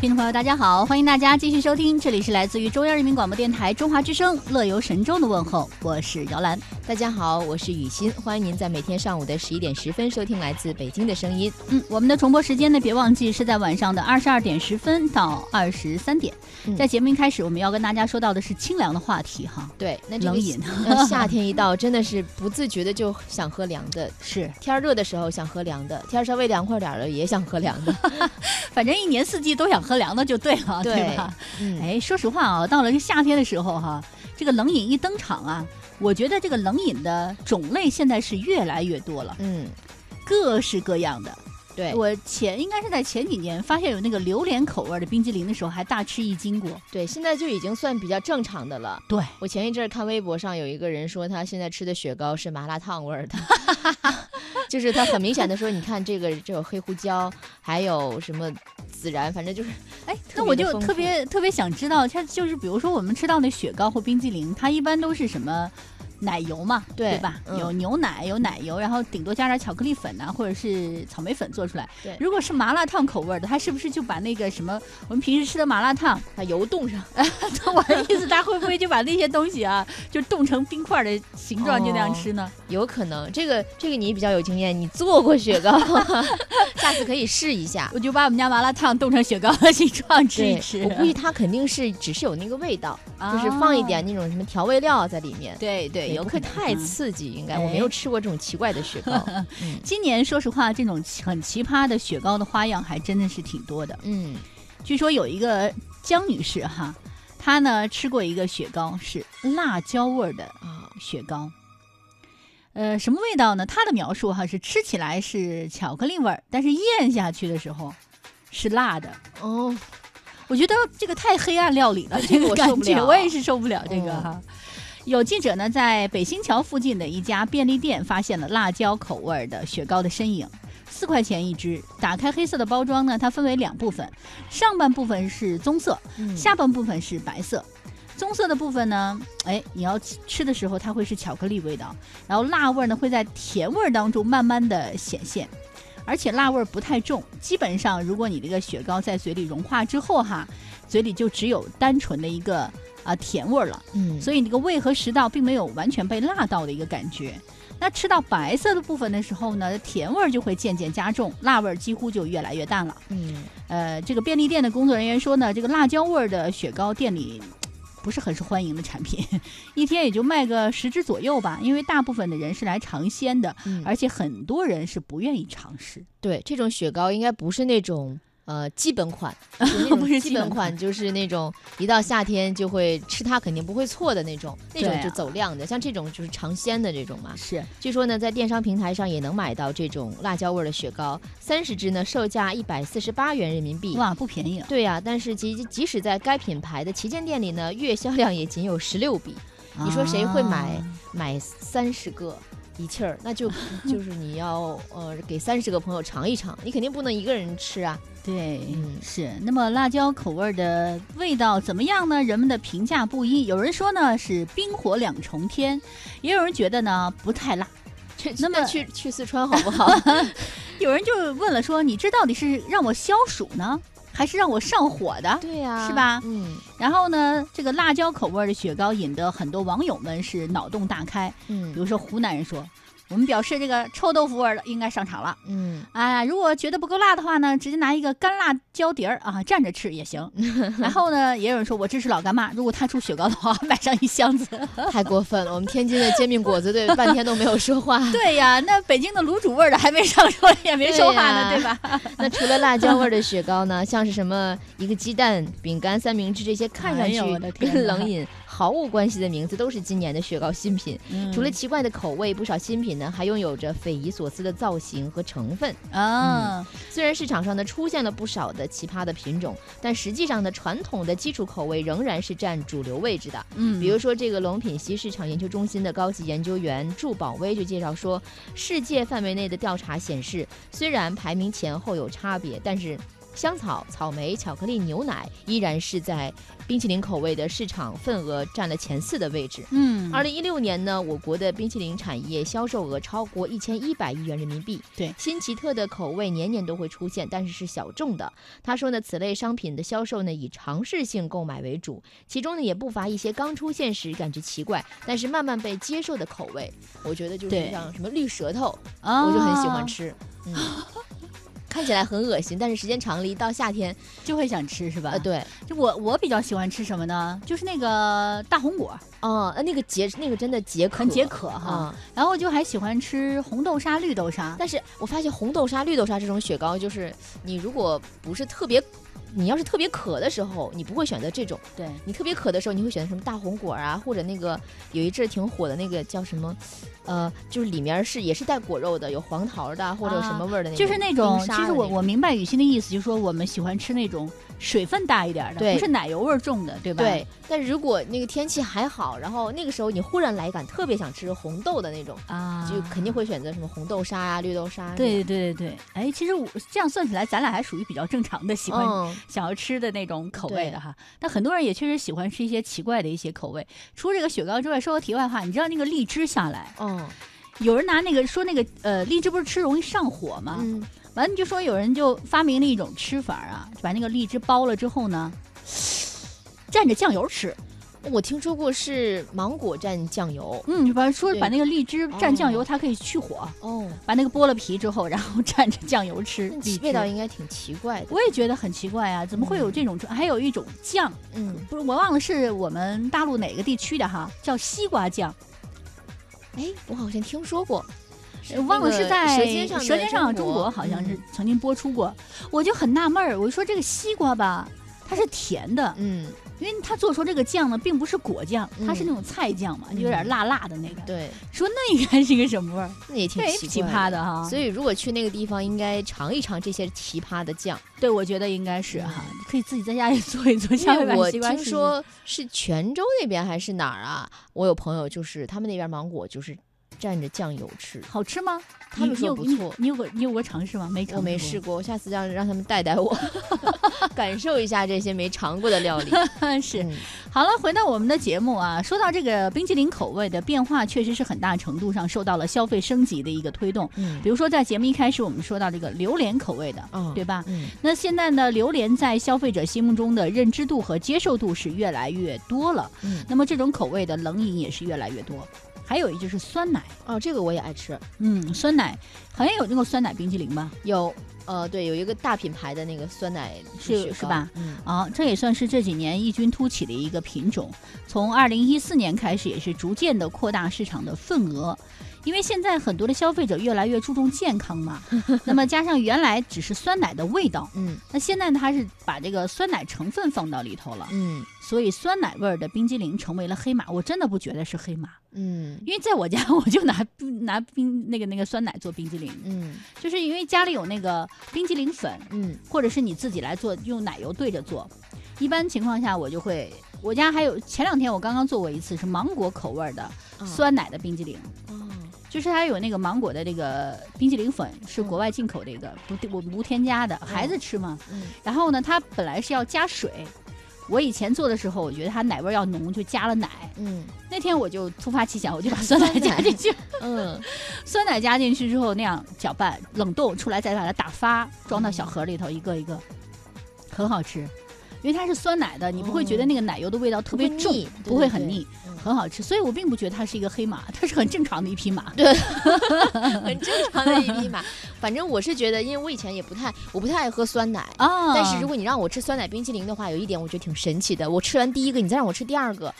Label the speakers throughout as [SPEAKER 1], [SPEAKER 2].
[SPEAKER 1] 听众朋友，大家好，欢迎大家继续收听，这里是来自于中央人民广播电台中华之声《乐游神州》的问候，我是姚兰。
[SPEAKER 2] 大家好，我是雨欣，欢迎您在每天上午的十一点十分收听来自北京的声音。
[SPEAKER 1] 嗯，我们的重播时间呢，别忘记是在晚上的二十二点十分到二十三点。
[SPEAKER 2] 嗯
[SPEAKER 1] 在节目一开始，我们要跟大家说到的是清凉的话题哈，
[SPEAKER 2] 对，那这个
[SPEAKER 1] 冷饮
[SPEAKER 2] 那呃夏天一到，真的是不自觉的就想喝凉的。
[SPEAKER 1] 是，
[SPEAKER 2] 天儿热的时候想喝凉的，天儿稍微凉快点儿了也想喝凉 的。
[SPEAKER 1] 反正一年四季都想喝凉的就对了，
[SPEAKER 2] 对
[SPEAKER 1] 吧？
[SPEAKER 2] 嗯，
[SPEAKER 1] 哎，说实话啊，到了这夏天的时候哈、这个冷饮一登场啊，我觉得这个冷饮的种类现在是越来越多了，
[SPEAKER 2] 嗯，
[SPEAKER 1] 各式各样的。
[SPEAKER 2] 对，
[SPEAKER 1] 我前应该是在前几年发现有那个榴莲口味的冰激凌的时候，还大吃一惊过。
[SPEAKER 2] 对，现在就已经算比较正常的了。
[SPEAKER 1] 对，
[SPEAKER 2] 我前一阵儿看微博上有一个人说，他现在吃的雪糕是麻辣烫味儿 的，就是他很明显的说，你看这个这有黑胡椒，还有什么孜然，反正就是
[SPEAKER 1] 哎，那
[SPEAKER 2] 特别
[SPEAKER 1] 我
[SPEAKER 2] 的
[SPEAKER 1] 就
[SPEAKER 2] 丰
[SPEAKER 1] 特
[SPEAKER 2] 富
[SPEAKER 1] 别特别想知道，它就是比如说我们吃到那雪糕或冰激凌，它一般都是什么？奶油嘛，对
[SPEAKER 2] 对
[SPEAKER 1] 吧？
[SPEAKER 2] 嗯
[SPEAKER 1] 有牛奶，有奶油，然后顶多加点巧克力粉呐、或者是草莓粉做出来。
[SPEAKER 2] 对
[SPEAKER 1] 如果是麻辣烫口味的，它是不是就把那个什么我们平时吃的麻辣烫，
[SPEAKER 2] 把油冻上，
[SPEAKER 1] 我的意思，它会不会就把那些东西啊，就冻成冰块的形状就那样
[SPEAKER 2] 哦
[SPEAKER 1] 吃呢？
[SPEAKER 2] 有可能。这个这个你比较有经验，你做过雪糕， 下次可以试一下。
[SPEAKER 1] 我就把我们家麻辣烫冻成雪糕的形状吃一
[SPEAKER 2] 对
[SPEAKER 1] 吃。
[SPEAKER 2] 我估计它肯定是只是有那个味道，就是
[SPEAKER 1] 啊
[SPEAKER 2] 放一点那种什么调味料在里面。
[SPEAKER 1] 对对，有
[SPEAKER 2] 不嗯
[SPEAKER 1] 可
[SPEAKER 2] 会
[SPEAKER 1] 能
[SPEAKER 2] 太
[SPEAKER 1] 啊
[SPEAKER 2] 刺激，应该我没有
[SPEAKER 1] 哎
[SPEAKER 2] 吃过这种奇怪的雪糕。嗯
[SPEAKER 1] 今年说实话，这种很奇葩的雪糕的花样还真的是挺多的。
[SPEAKER 2] 嗯，
[SPEAKER 1] 据说有一个江女士哈，她呢吃过一个雪糕是辣椒味儿的
[SPEAKER 2] 啊，
[SPEAKER 1] 雪糕，呃，什么味道呢？她的描述哈是吃起来是巧克力味儿，但是咽下去的时候是辣的。
[SPEAKER 2] 哦，
[SPEAKER 1] 我觉得这个太黑暗料理了，这
[SPEAKER 2] 个
[SPEAKER 1] 个
[SPEAKER 2] 哎我
[SPEAKER 1] 感
[SPEAKER 2] 受不
[SPEAKER 1] 觉
[SPEAKER 2] 了哦
[SPEAKER 1] 我也是受不了这个哈。有记者呢，在北新桥附近的一家便利店发现了辣椒口味儿的雪糕的身影，四块钱一只。打开黑色的包装呢，它分为两部分，上半部分是棕色，
[SPEAKER 2] 嗯
[SPEAKER 1] 下半部分是白色。棕色的部分呢，哎，你要吃的时候它会是巧克力味道，然后辣味儿呢会在甜味儿当中慢慢的显现，而且辣味儿不太重。基本上，如果你这个雪糕在嘴里融化之后哈，嘴里就只有单纯的一个啊、甜味儿了，
[SPEAKER 2] 嗯，
[SPEAKER 1] 所以你这个胃和食道并没有完全被辣到的一个感觉。那吃到白色的部分的时候呢，甜味儿就会渐渐加重，辣味儿几乎就越来越淡了。
[SPEAKER 2] 嗯，
[SPEAKER 1] 呃，这个便利店的工作人员说呢，这个辣椒味儿的雪糕店里不是很受欢迎的产品， 一天也就卖个十只左右吧，因为大部分的人是来尝鲜的，
[SPEAKER 2] 嗯
[SPEAKER 1] 而且很多人是不愿意尝试。
[SPEAKER 2] 对，这种雪糕应该不是那种呃基本 款，就是那种
[SPEAKER 1] 不是
[SPEAKER 2] 基
[SPEAKER 1] 基本
[SPEAKER 2] 本款，就是那种一到夏天就会吃它，肯定不会错的那种，那
[SPEAKER 1] 对
[SPEAKER 2] 种
[SPEAKER 1] 啊
[SPEAKER 2] 就走量的。像这种就是尝鲜的这种嘛。
[SPEAKER 1] 是，
[SPEAKER 2] 据说呢，在电商平台上也能买到这种辣椒味儿的雪糕，三十支呢，售价一百四十八元人民币。
[SPEAKER 1] 哇，不便宜啊！
[SPEAKER 2] 对呀、但是即即使在该品牌的旗舰店里呢，月销量也仅有十六笔，你说谁会买
[SPEAKER 1] 啊
[SPEAKER 2] 买三十个一气儿，那就就是你要呃给三十个朋友尝一尝，你肯定不能一个人吃啊。
[SPEAKER 1] 对，
[SPEAKER 2] 嗯
[SPEAKER 1] 是。那么辣椒口味儿的味道怎么样呢？人们的评价不一，有人说呢是冰火两重天，也有人觉得呢不太辣。
[SPEAKER 2] 这
[SPEAKER 1] 那么
[SPEAKER 2] 去去四川好 不好？
[SPEAKER 1] 有人就问了说，你这到底是让我消暑呢，还是让我上火的？
[SPEAKER 2] 对呀、
[SPEAKER 1] 是吧
[SPEAKER 2] 嗯
[SPEAKER 1] 然后呢，这个辣椒口味儿的雪糕引得很多网友们是脑洞大开。比
[SPEAKER 2] 嗯
[SPEAKER 1] 如说湖南人说，我们表示这个臭豆腐味儿的应该上场了。
[SPEAKER 2] 嗯，
[SPEAKER 1] 啊，如果觉得不够辣的话呢，直接拿一个干辣椒碟儿啊蘸着吃也行。 然后呢，也有人说我支持老干妈，如果她出雪糕的话，买上一箱子。
[SPEAKER 2] 太过分了！我们天津的煎饼果子队半天都没有说话。
[SPEAKER 1] 对呀，那北京的卤煮味儿的还没上桌，也没说话呢，
[SPEAKER 2] 对
[SPEAKER 1] 对吧？
[SPEAKER 2] 那除了辣椒味儿的雪糕呢， 像是什么一个鸡蛋、饼干、三明治这些看上
[SPEAKER 1] 哎呦我的
[SPEAKER 2] 去
[SPEAKER 1] 天
[SPEAKER 2] 跟
[SPEAKER 1] 哪
[SPEAKER 2] 冷饮毫无关系的名字，都是今年的雪糕新品。除了
[SPEAKER 1] 嗯
[SPEAKER 2] 奇怪的口味，不少新品呢还拥有着匪夷所思的造型和成分。
[SPEAKER 1] 啊，
[SPEAKER 2] 虽然市场上呢出现了不少的奇葩的品种，但实际上呢，传统的基础口味仍然是占主流位置的。
[SPEAKER 1] 嗯，
[SPEAKER 2] 比如说，这个龙品西市场研究中心的高级研究员祝宝威就介绍说，世界范围内的调查显示，虽然排名前后有差别，但是香草、草莓、巧克力、牛奶依然是在冰淇淋口味的市场份额占了前四的位置。
[SPEAKER 1] 嗯，
[SPEAKER 2] 二零一六年呢，我国的冰淇淋产业销售额超过一千一百亿元人民币。
[SPEAKER 1] 对
[SPEAKER 2] 新奇特的口味年年都会出现，但是是小众的。他说呢，此类商品的销售呢以尝试性购买为主，其中呢也不乏一些刚出现时感觉奇怪，但是慢慢被接受的口味。我觉得就是
[SPEAKER 1] 对
[SPEAKER 2] 像什么绿舌头，
[SPEAKER 1] 啊
[SPEAKER 2] 我就很喜欢，吃。 嗯。看起来很恶心，但是时间长了，一到夏天，
[SPEAKER 1] 就会想吃是吧？
[SPEAKER 2] 呃，，对，
[SPEAKER 1] 就我我比较喜欢吃什么呢？就是那个大红果，
[SPEAKER 2] 哦、呃，那个解，那个真的解渴，
[SPEAKER 1] 很解渴哈。
[SPEAKER 2] 啊、
[SPEAKER 1] 然后我就还喜欢吃红豆沙、绿豆沙。
[SPEAKER 2] 但是我发现红豆沙、绿豆沙这种雪糕，就是你如果不是特别，你要是特别渴的时候，你不会选择这种；
[SPEAKER 1] 对，
[SPEAKER 2] 你特别渴的时候，你会选择什么大红果啊，或者那个有一阵儿挺火的那个叫什么，呃，就是里面是也是带果肉的，有黄桃的啊或者有什么味儿的那种、
[SPEAKER 1] 就是那种，
[SPEAKER 2] 冰沙的
[SPEAKER 1] 其实我
[SPEAKER 2] 那种
[SPEAKER 1] 我明白雨欣的意思，就是说我们喜欢吃那种水分大一点的，
[SPEAKER 2] 对
[SPEAKER 1] 不是奶油味儿重的，对吧？
[SPEAKER 2] 对，但如果那个天气还好，然后那个时候你忽然来一感，特别想吃红豆的那种，
[SPEAKER 1] 啊，
[SPEAKER 2] 就肯定会选择什么红豆沙啊、绿豆沙那种。
[SPEAKER 1] 对对对对，哎，其实我这样算起来，咱俩还属于比较正常的喜欢、
[SPEAKER 2] 嗯，
[SPEAKER 1] 想要吃的那种口味
[SPEAKER 2] 对
[SPEAKER 1] 的哈。但很多人也确实喜欢吃一些奇怪的一些口味。除了这个雪糕之外，说个题外话，你知道那个荔枝下来，
[SPEAKER 2] 嗯
[SPEAKER 1] 有人拿那个说那个呃荔枝不是吃容易上火吗？
[SPEAKER 2] 嗯，
[SPEAKER 1] 完了就说有人就发明了一种吃法啊，把那个荔枝剥了之后呢，蘸着酱油吃。
[SPEAKER 2] 我听说过是芒果蘸酱油。
[SPEAKER 1] 嗯，反正说
[SPEAKER 2] 对
[SPEAKER 1] 把那个荔枝蘸酱油，
[SPEAKER 2] 哦
[SPEAKER 1] 它可以去火。
[SPEAKER 2] 哦，
[SPEAKER 1] 把那个剥了皮之后，然后 蘸着酱油吃
[SPEAKER 2] 那
[SPEAKER 1] 荔
[SPEAKER 2] 嗯味道
[SPEAKER 1] 枝。
[SPEAKER 2] 应该挺奇怪的。
[SPEAKER 1] 我也觉得很奇怪啊，怎么会有这种？还有一种酱，
[SPEAKER 2] 嗯，
[SPEAKER 1] 不是我忘了是我们大陆哪个地区的哈，叫西瓜酱，
[SPEAKER 2] 哎，我好像听说过，是
[SPEAKER 1] 呃忘了
[SPEAKER 2] 那个
[SPEAKER 1] 是在《
[SPEAKER 2] 舌尖上的嗯
[SPEAKER 1] 舌尖上的中国》好像是曾经播出过。我就很纳闷儿，我说这个西瓜吧，它是甜的，
[SPEAKER 2] 嗯，
[SPEAKER 1] 因为它做出这个酱呢，并不是果酱，
[SPEAKER 2] 嗯
[SPEAKER 1] 它是那种菜酱嘛，
[SPEAKER 2] 嗯
[SPEAKER 1] 就有点辣辣的那个。
[SPEAKER 2] 嗯，对，
[SPEAKER 1] 说那应该是一个什么味儿？
[SPEAKER 2] 那也挺
[SPEAKER 1] 这也
[SPEAKER 2] 奇
[SPEAKER 1] 奇
[SPEAKER 2] 怪
[SPEAKER 1] 葩
[SPEAKER 2] 的。
[SPEAKER 1] 的哈。
[SPEAKER 2] 所以如果去那个地方，应该尝一尝这些奇葩的酱。嗯
[SPEAKER 1] 对，我觉得应该是啊哈， 嗯可以自己在家里做一做。
[SPEAKER 2] 因
[SPEAKER 1] 下回
[SPEAKER 2] 为
[SPEAKER 1] 把
[SPEAKER 2] 我
[SPEAKER 1] 西瓜
[SPEAKER 2] 听
[SPEAKER 1] 试试
[SPEAKER 2] 说是泉州那边还是哪儿啊？我有朋友就是他们那边芒果就是蘸着酱油吃，
[SPEAKER 1] 好吃吗？
[SPEAKER 2] 他们
[SPEAKER 1] 你
[SPEAKER 2] 说
[SPEAKER 1] 有
[SPEAKER 2] 不
[SPEAKER 1] 你
[SPEAKER 2] 错
[SPEAKER 1] 你有过你有过尝试吗？没尝，
[SPEAKER 2] 我没试。过，我下次让让他们带带我， 感受一下这些没尝过的料理。
[SPEAKER 1] 是，
[SPEAKER 2] 嗯
[SPEAKER 1] 好了，回到我们的节目啊，说到这个冰淇淋口味的变化，确实是很大程度上受到了消费升级的一个推动。
[SPEAKER 2] 嗯
[SPEAKER 1] 比如说，在节目一开始我们说到这个榴莲口味的，
[SPEAKER 2] 嗯
[SPEAKER 1] 对吧？
[SPEAKER 2] 嗯
[SPEAKER 1] 那现在呢，榴莲在消费者心目中的认知度和接受度是越来越多了。
[SPEAKER 2] 嗯，
[SPEAKER 1] 那么这种口味的冷饮也是越来越多。还有一就是酸奶，
[SPEAKER 2] 哦，这个我也爱吃。
[SPEAKER 1] 嗯，酸奶好像有那个酸奶冰淇淋吧？
[SPEAKER 2] 有，呃，对，有一个大品牌的那个酸奶
[SPEAKER 1] 是
[SPEAKER 2] 雪
[SPEAKER 1] 是
[SPEAKER 2] 糕
[SPEAKER 1] 吧？
[SPEAKER 2] 嗯，
[SPEAKER 1] 啊，这也算是这几年异军突起的一个品种。从二零一四年开始，也是逐渐的扩大市场的份额。因为现在很多的消费者越来越注重健康嘛，那么加上原来只是酸奶的味道，
[SPEAKER 2] 嗯
[SPEAKER 1] 那现在呢它是把这个酸奶成分放到里头了，
[SPEAKER 2] 嗯
[SPEAKER 1] 所以酸奶味儿的冰激凌成为了黑马。我真的不觉得是黑马，
[SPEAKER 2] 嗯
[SPEAKER 1] 因为在我家 我就拿拿冰那个那个酸奶做冰激凌，
[SPEAKER 2] 嗯
[SPEAKER 1] 就是因为家里有那个冰激凌粉，
[SPEAKER 2] 嗯
[SPEAKER 1] 或者是你自己来做，用奶油兑着做。一般情况下，我就会，我家还有前两天我刚刚做过一次是芒果口味儿的
[SPEAKER 2] 啊
[SPEAKER 1] 酸奶的冰激凌，
[SPEAKER 2] 哦
[SPEAKER 1] 就是它有那个芒果的这个冰激凌粉，是国外进口的一个，不我无添加的，孩子吃嘛。
[SPEAKER 2] 嗯
[SPEAKER 1] 然后呢，它本来是要加水，我以前做的时候，我觉得它奶味儿要浓，就加了奶。
[SPEAKER 2] 嗯
[SPEAKER 1] 那天我就突发奇想，我就把酸奶 加进去，
[SPEAKER 2] 嗯
[SPEAKER 1] 酸奶加进去之后那样搅拌，冷冻出来再把它打发，装到小盒里头一个一个，很好吃。因为它是酸奶的，你不会觉得那个奶油的味道特别重，
[SPEAKER 2] 嗯不会腻对嗯
[SPEAKER 1] 不会很腻，
[SPEAKER 2] 对对
[SPEAKER 1] 很好吃。所以我并不觉得它是一个黑马，它是很正常的一匹马。
[SPEAKER 2] 嗯，很正常的一匹马。反正我是觉得，因为我以前也不太，我不太爱喝酸奶。
[SPEAKER 1] 啊
[SPEAKER 2] 但是如果你让我吃酸奶冰淇淋的话，有一点我觉得挺神奇的。我吃完第一个，你再让我吃第二个，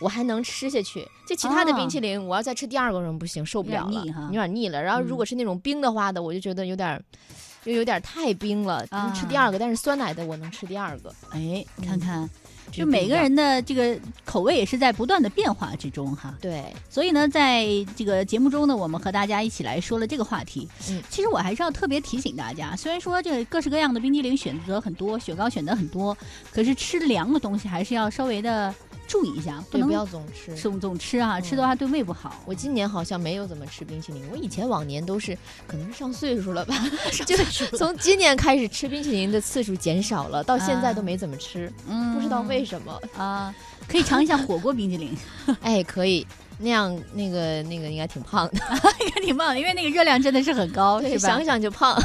[SPEAKER 2] 我还能吃下去。这其他的
[SPEAKER 1] 啊
[SPEAKER 2] 冰淇淋，我要再吃第二个，人不行，受不了
[SPEAKER 1] 有点
[SPEAKER 2] 了，
[SPEAKER 1] 腻哈
[SPEAKER 2] 有点腻了。然后如
[SPEAKER 1] 嗯
[SPEAKER 2] 果是那种冰的话的，我就觉得有点儿，又有点儿太冰了，
[SPEAKER 1] 啊
[SPEAKER 2] 吃第二个。但是酸奶的我能吃第二个，
[SPEAKER 1] 哎，
[SPEAKER 2] 嗯
[SPEAKER 1] 看看，
[SPEAKER 2] 这
[SPEAKER 1] 就
[SPEAKER 2] 不
[SPEAKER 1] 每
[SPEAKER 2] 一
[SPEAKER 1] 个
[SPEAKER 2] 样
[SPEAKER 1] 人的这个口味也是在不断的变化之中哈。
[SPEAKER 2] 对，
[SPEAKER 1] 所以呢，在这个节目中呢，我们和大家一起来说了这个话题。
[SPEAKER 2] 嗯
[SPEAKER 1] 其实我还是要特别提醒大家，虽然说这各式各样的冰激凌选择很多，雪糕选择很多，可是吃凉的东西还是要稍微的注意一下，不
[SPEAKER 2] 对，不
[SPEAKER 1] 能
[SPEAKER 2] 要总吃。
[SPEAKER 1] 总总吃啊，吃的话对胃不好。
[SPEAKER 2] 我今年好像没有怎么吃冰淇淋，我以前往年都是，可能是上岁数了吧， 就 从今年开始吃冰淇淋的次数减少了，到现在都
[SPEAKER 1] 啊
[SPEAKER 2] 没怎么吃，
[SPEAKER 1] 嗯
[SPEAKER 2] 不知道为什么。
[SPEAKER 1] 啊，可以尝一下火锅冰激凌，
[SPEAKER 2] 哎，可以那样，那个那个应该挺胖的，
[SPEAKER 1] 哦挺棒，因为那个热量真的是很高，
[SPEAKER 2] 对
[SPEAKER 1] 是吧
[SPEAKER 2] 想？想就胖。